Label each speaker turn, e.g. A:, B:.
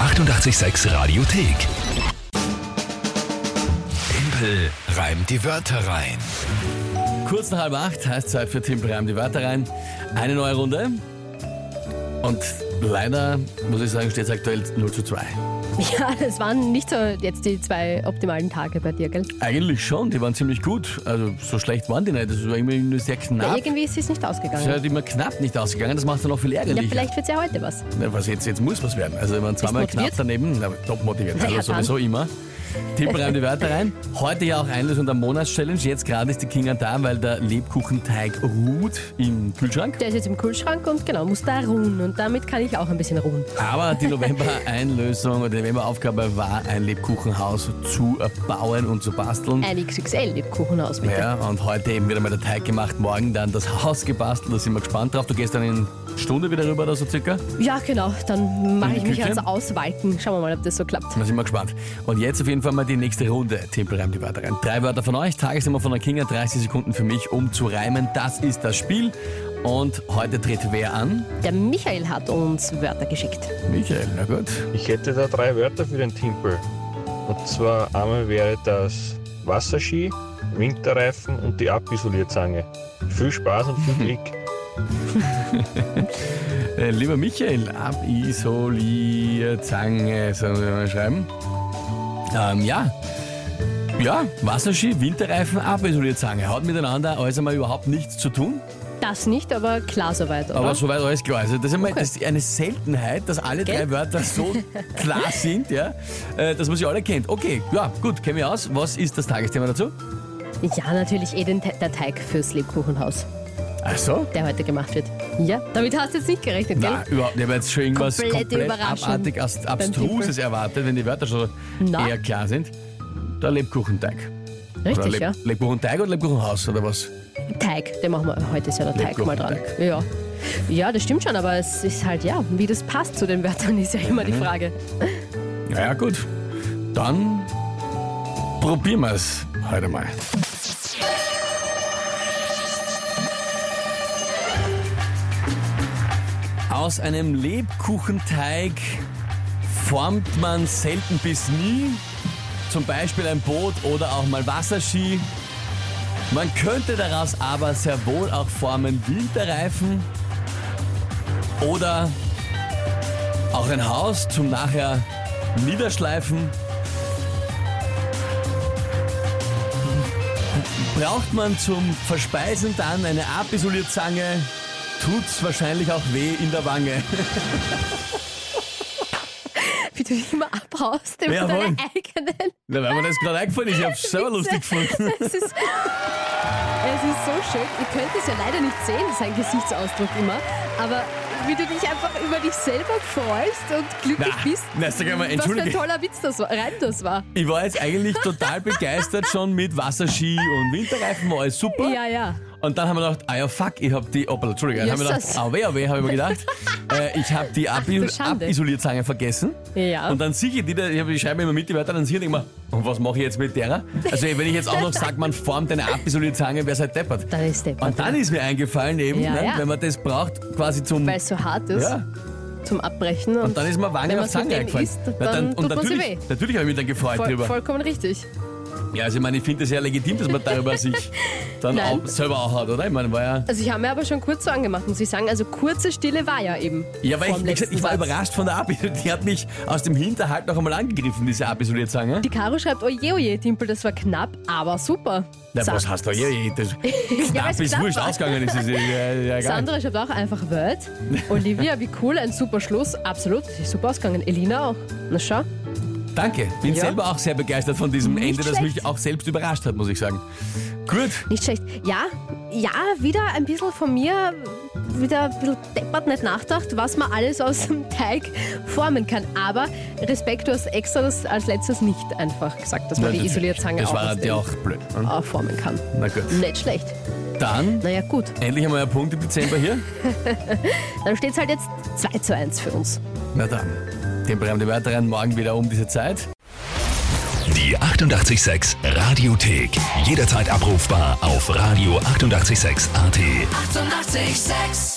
A: 886 Radiothek. Tempel reimt die Wörter rein.
B: Kurz nach halb acht heißt Zeit für Tim Breim die Wörter rein. Eine neue Runde. Und leider, muss ich sagen, steht es aktuell 0 zu 2.
C: Ja, das waren nicht so jetzt die zwei optimalen Tage bei dir, gell?
B: Eigentlich schon, die waren ziemlich gut. Also so schlecht waren die nicht. Das war irgendwie nur sehr
C: Ja,
B: knapp.
C: irgendwie ist es nicht
B: Es
C: ausgegangen.
B: ist halt immer knapp nicht ausgegangen, das macht dann auch viel
C: ja,
B: ärgerlicher.
C: vielleicht wird es ja heute was.
B: Na, was jetzt, jetzt muss was werden. Also wenn man zweimal knapp
C: motiviert?
B: daneben, na, top motiviert,
C: Na ja,
B: also sowieso immer. Tipp rein die Wörter rein. Heute ja auch Einlösung der Monatschallenge. Jetzt gerade ist die Kinga da, weil der Lebkuchenteig ruht im Kühlschrank.
C: Der ist jetzt im Kühlschrank und genau, muss da ruhen. Und damit kann ich auch ein bisschen ruhen.
B: Aber die November-Einlösung oder die November-Aufgabe war, ein Lebkuchenhaus zu bauen und zu basteln.
C: Ein XXL-Lebkuchen aus, bitte.
B: Ja, und heute eben wieder mal der Teig gemacht, morgen dann das Haus gebastelt, da sind wir gespannt drauf. Du gehst dann in Stunde wieder rüber oder so circa?
C: Ja, genau. Dann
B: In
C: mache
B: die
C: ich mich
B: Küche?
C: ans Auswalken. Schauen wir mal, ob das so klappt.
B: Da sind wir gespannt. Und jetzt auf jeden Fall mal die nächste Runde. Tempel reimt die Wörter rein. Drei Wörter von euch, Tagesnummer von der Kinga, 30 Sekunden für mich, um zu reimen. Das ist das Spiel. Und heute tritt wer an?
C: Der Michael hat uns Wörter geschickt.
B: Michael, na gut.
D: Ich hätte da drei Wörter für den Timpel. Und zwar einmal wäre das Wasserski, Winterreifen und die Abisolierzange. Viel Spaß und viel Glück.
B: Äh, lieber Michael, Abisolierzange, sollen wir mal schreiben? Ähm, ja. Ja, Wasserski, Winterreifen, Abisolierzange. Hat miteinander alles einmal überhaupt nichts zu tun.
C: Das nicht, aber klar soweit, oder?
B: Aber soweit alles klar. Also das ist, einmal, das ist eine Seltenheit, dass alle
C: Gell?
B: drei Wörter so klar sind, ja, äh, dass man sie alle kennt. Okay, ja, gut, kennen wir aus. Was ist das Tagesthema dazu?
C: ja, natürlich eh den Te der Teig fürs Lebkuchenhaus,
B: Ach so?
C: der heute gemacht wird. Ja, damit hast du jetzt nicht gerechnet, Also? gell?
B: Nein, überhaupt nicht. Ich habe jetzt schon irgendwas
C: Komplette
B: komplett
C: Überraschung
B: abartig abs- Abstruses
C: Titel.
B: erwartet, wenn die Wörter schon
C: Na.
B: eher klar sind. Der Lebkuchenteig. oder
C: Richtig, ja.
B: Lebkuchenteig oder Lebkuchenhaus oder was?
C: Teig, den machen wir. Heute ist ja der Teig mal dran.
B: Lebkuchenteig.
C: Ja. ja, das stimmt schon, aber es ist halt, ja, wie das passt zu den Wörtern, ist ja immer die
B: Mhm.
C: Frage.
B: Ja, ja gut. Dann probieren wir es heute mal. Aus einem Lebkuchenteig formt man selten bis nie, zum Beispiel ein Boot oder auch mal Wasserski. Man könnte daraus aber sehr wohl auch formen Winterreifen oder auch ein Haus zum nachher niederschleifen. Braucht man zum Verspeisen dann eine Abisolierzange, tut's wahrscheinlich auch weh in der Wange.
C: Wie du dich immer abhaust, immer
B: Jawohl.
C: deine eigenen.
B: Na, weil mir das gerade eingefallen ist, ich hab's selber lustig gefunden.
C: Es ist, es ist so schön. Ihr könnt es ja leider nicht sehen, sein Gesichtsausdruck immer. Aber wie du dich einfach über dich selber freust und glücklich
B: Na,
C: bist.
B: na, sag einmal,
C: was für ein
B: entschuldige.
C: toller Witz das war, Reim das war.
B: Ich war jetzt eigentlich total begeistert schon mit Wasserski und Winterreifen, war alles super.
C: Ja, ja.
B: Und dann haben wir gedacht, ah ja fuck, ich hab die, hoppala, Entschuldigung, dann haben wir
C: Jesus.
B: gedacht, ah weh, ah weh, hab ich mir gedacht, äh, ich hab die Abi
C: du Schande.
B: Abisolierzange vergessen.
C: Ja.
B: Und dann sehe ich die, da, ich hab- ich schreibe immer mit die Wörter, dann sehe ich und denk mir, und was mache ich jetzt mit der? Also wenn ich jetzt auch noch sage, man formt eine Abisolierzange, wer seid deppert?
C: Dann ist der
B: Und dann ist mir eingefallen eben,
C: Ja,
B: ne,
C: ja.
B: wenn man das braucht, quasi zum...
C: weil es so hart ist
B: ja,
C: zum Abbrechen. Und,
B: und dann ist mir
C: wenn
B: Wange auf
C: man's mit
B: Zange
C: dem
B: eingefallen.
C: isst,
B: Na,
C: dann
B: und
C: tut man sie weh.
B: natürlich, natürlich habe ich mich dann gefreut
C: voll,
B: drüber.
C: vollkommen richtig.
B: Ja, also ich meine, ich finde es ja legitim, dass man darüber sich dann
C: Nein.
B: auch selber auch hat, oder? Ich meine, war ja...
C: Also ich habe mir aber schon kurz so angemacht, muss ich sagen. Also kurze Stille war ja eben.
B: Ja, weil
C: vorm
B: ich, wie gesagt,
C: letzten
B: ich war
C: Satz.
B: überrascht von der Abi. Die hat mich aus dem Hinterhalt noch einmal angegriffen, diese Abisolierzange.
C: Die Caro schreibt, oje, oje, Timpel, das war knapp, aber super.
B: Na, was
C: Sa-
B: hast du? Ja, ja, das
C: Ja,
B: knapp
C: weil's
B: ist
C: knapp
B: wurscht
C: war.
B: ausgegangen. Ist, ist, ja, ja, egal.
C: Sandra schreibt auch einfach Word. Olivia, wie cool, ein super Schluss. Absolut, das ist super ausgegangen. Elina auch. Na schau.
B: Danke. Bin
C: Ja.
B: selber auch sehr begeistert von diesem
C: Nicht
B: Ende, das mich
C: schlecht.
B: auch selbst überrascht hat, muss ich sagen. Gut.
C: Nicht schlecht. Ja, ja, wieder ein bisschen von mir, wieder ein bisschen deppert nicht nachgedacht, was man alles aus dem Teig formen kann. Aber Respekt, du hast extra das als letztes nicht einfach gesagt, dass man die Isolierzange
B: Das
C: auch,
B: war
C: aus
B: ja auch
C: dem-
B: blöd. ne?
C: auch formen kann.
B: Na gut.
C: Nicht schlecht.
B: Dann
C: Naja, gut.
B: endlich einmal ein Punkt im Dezember hier.
C: Dann steht es halt jetzt 2 zu 1 für uns.
B: Na dann. Den bleiben die Wörter rein, morgen wieder um diese Zeit.
A: Die 886 Radiothek. Jederzeit abrufbar auf radio886.at. 886! 886.
E: 886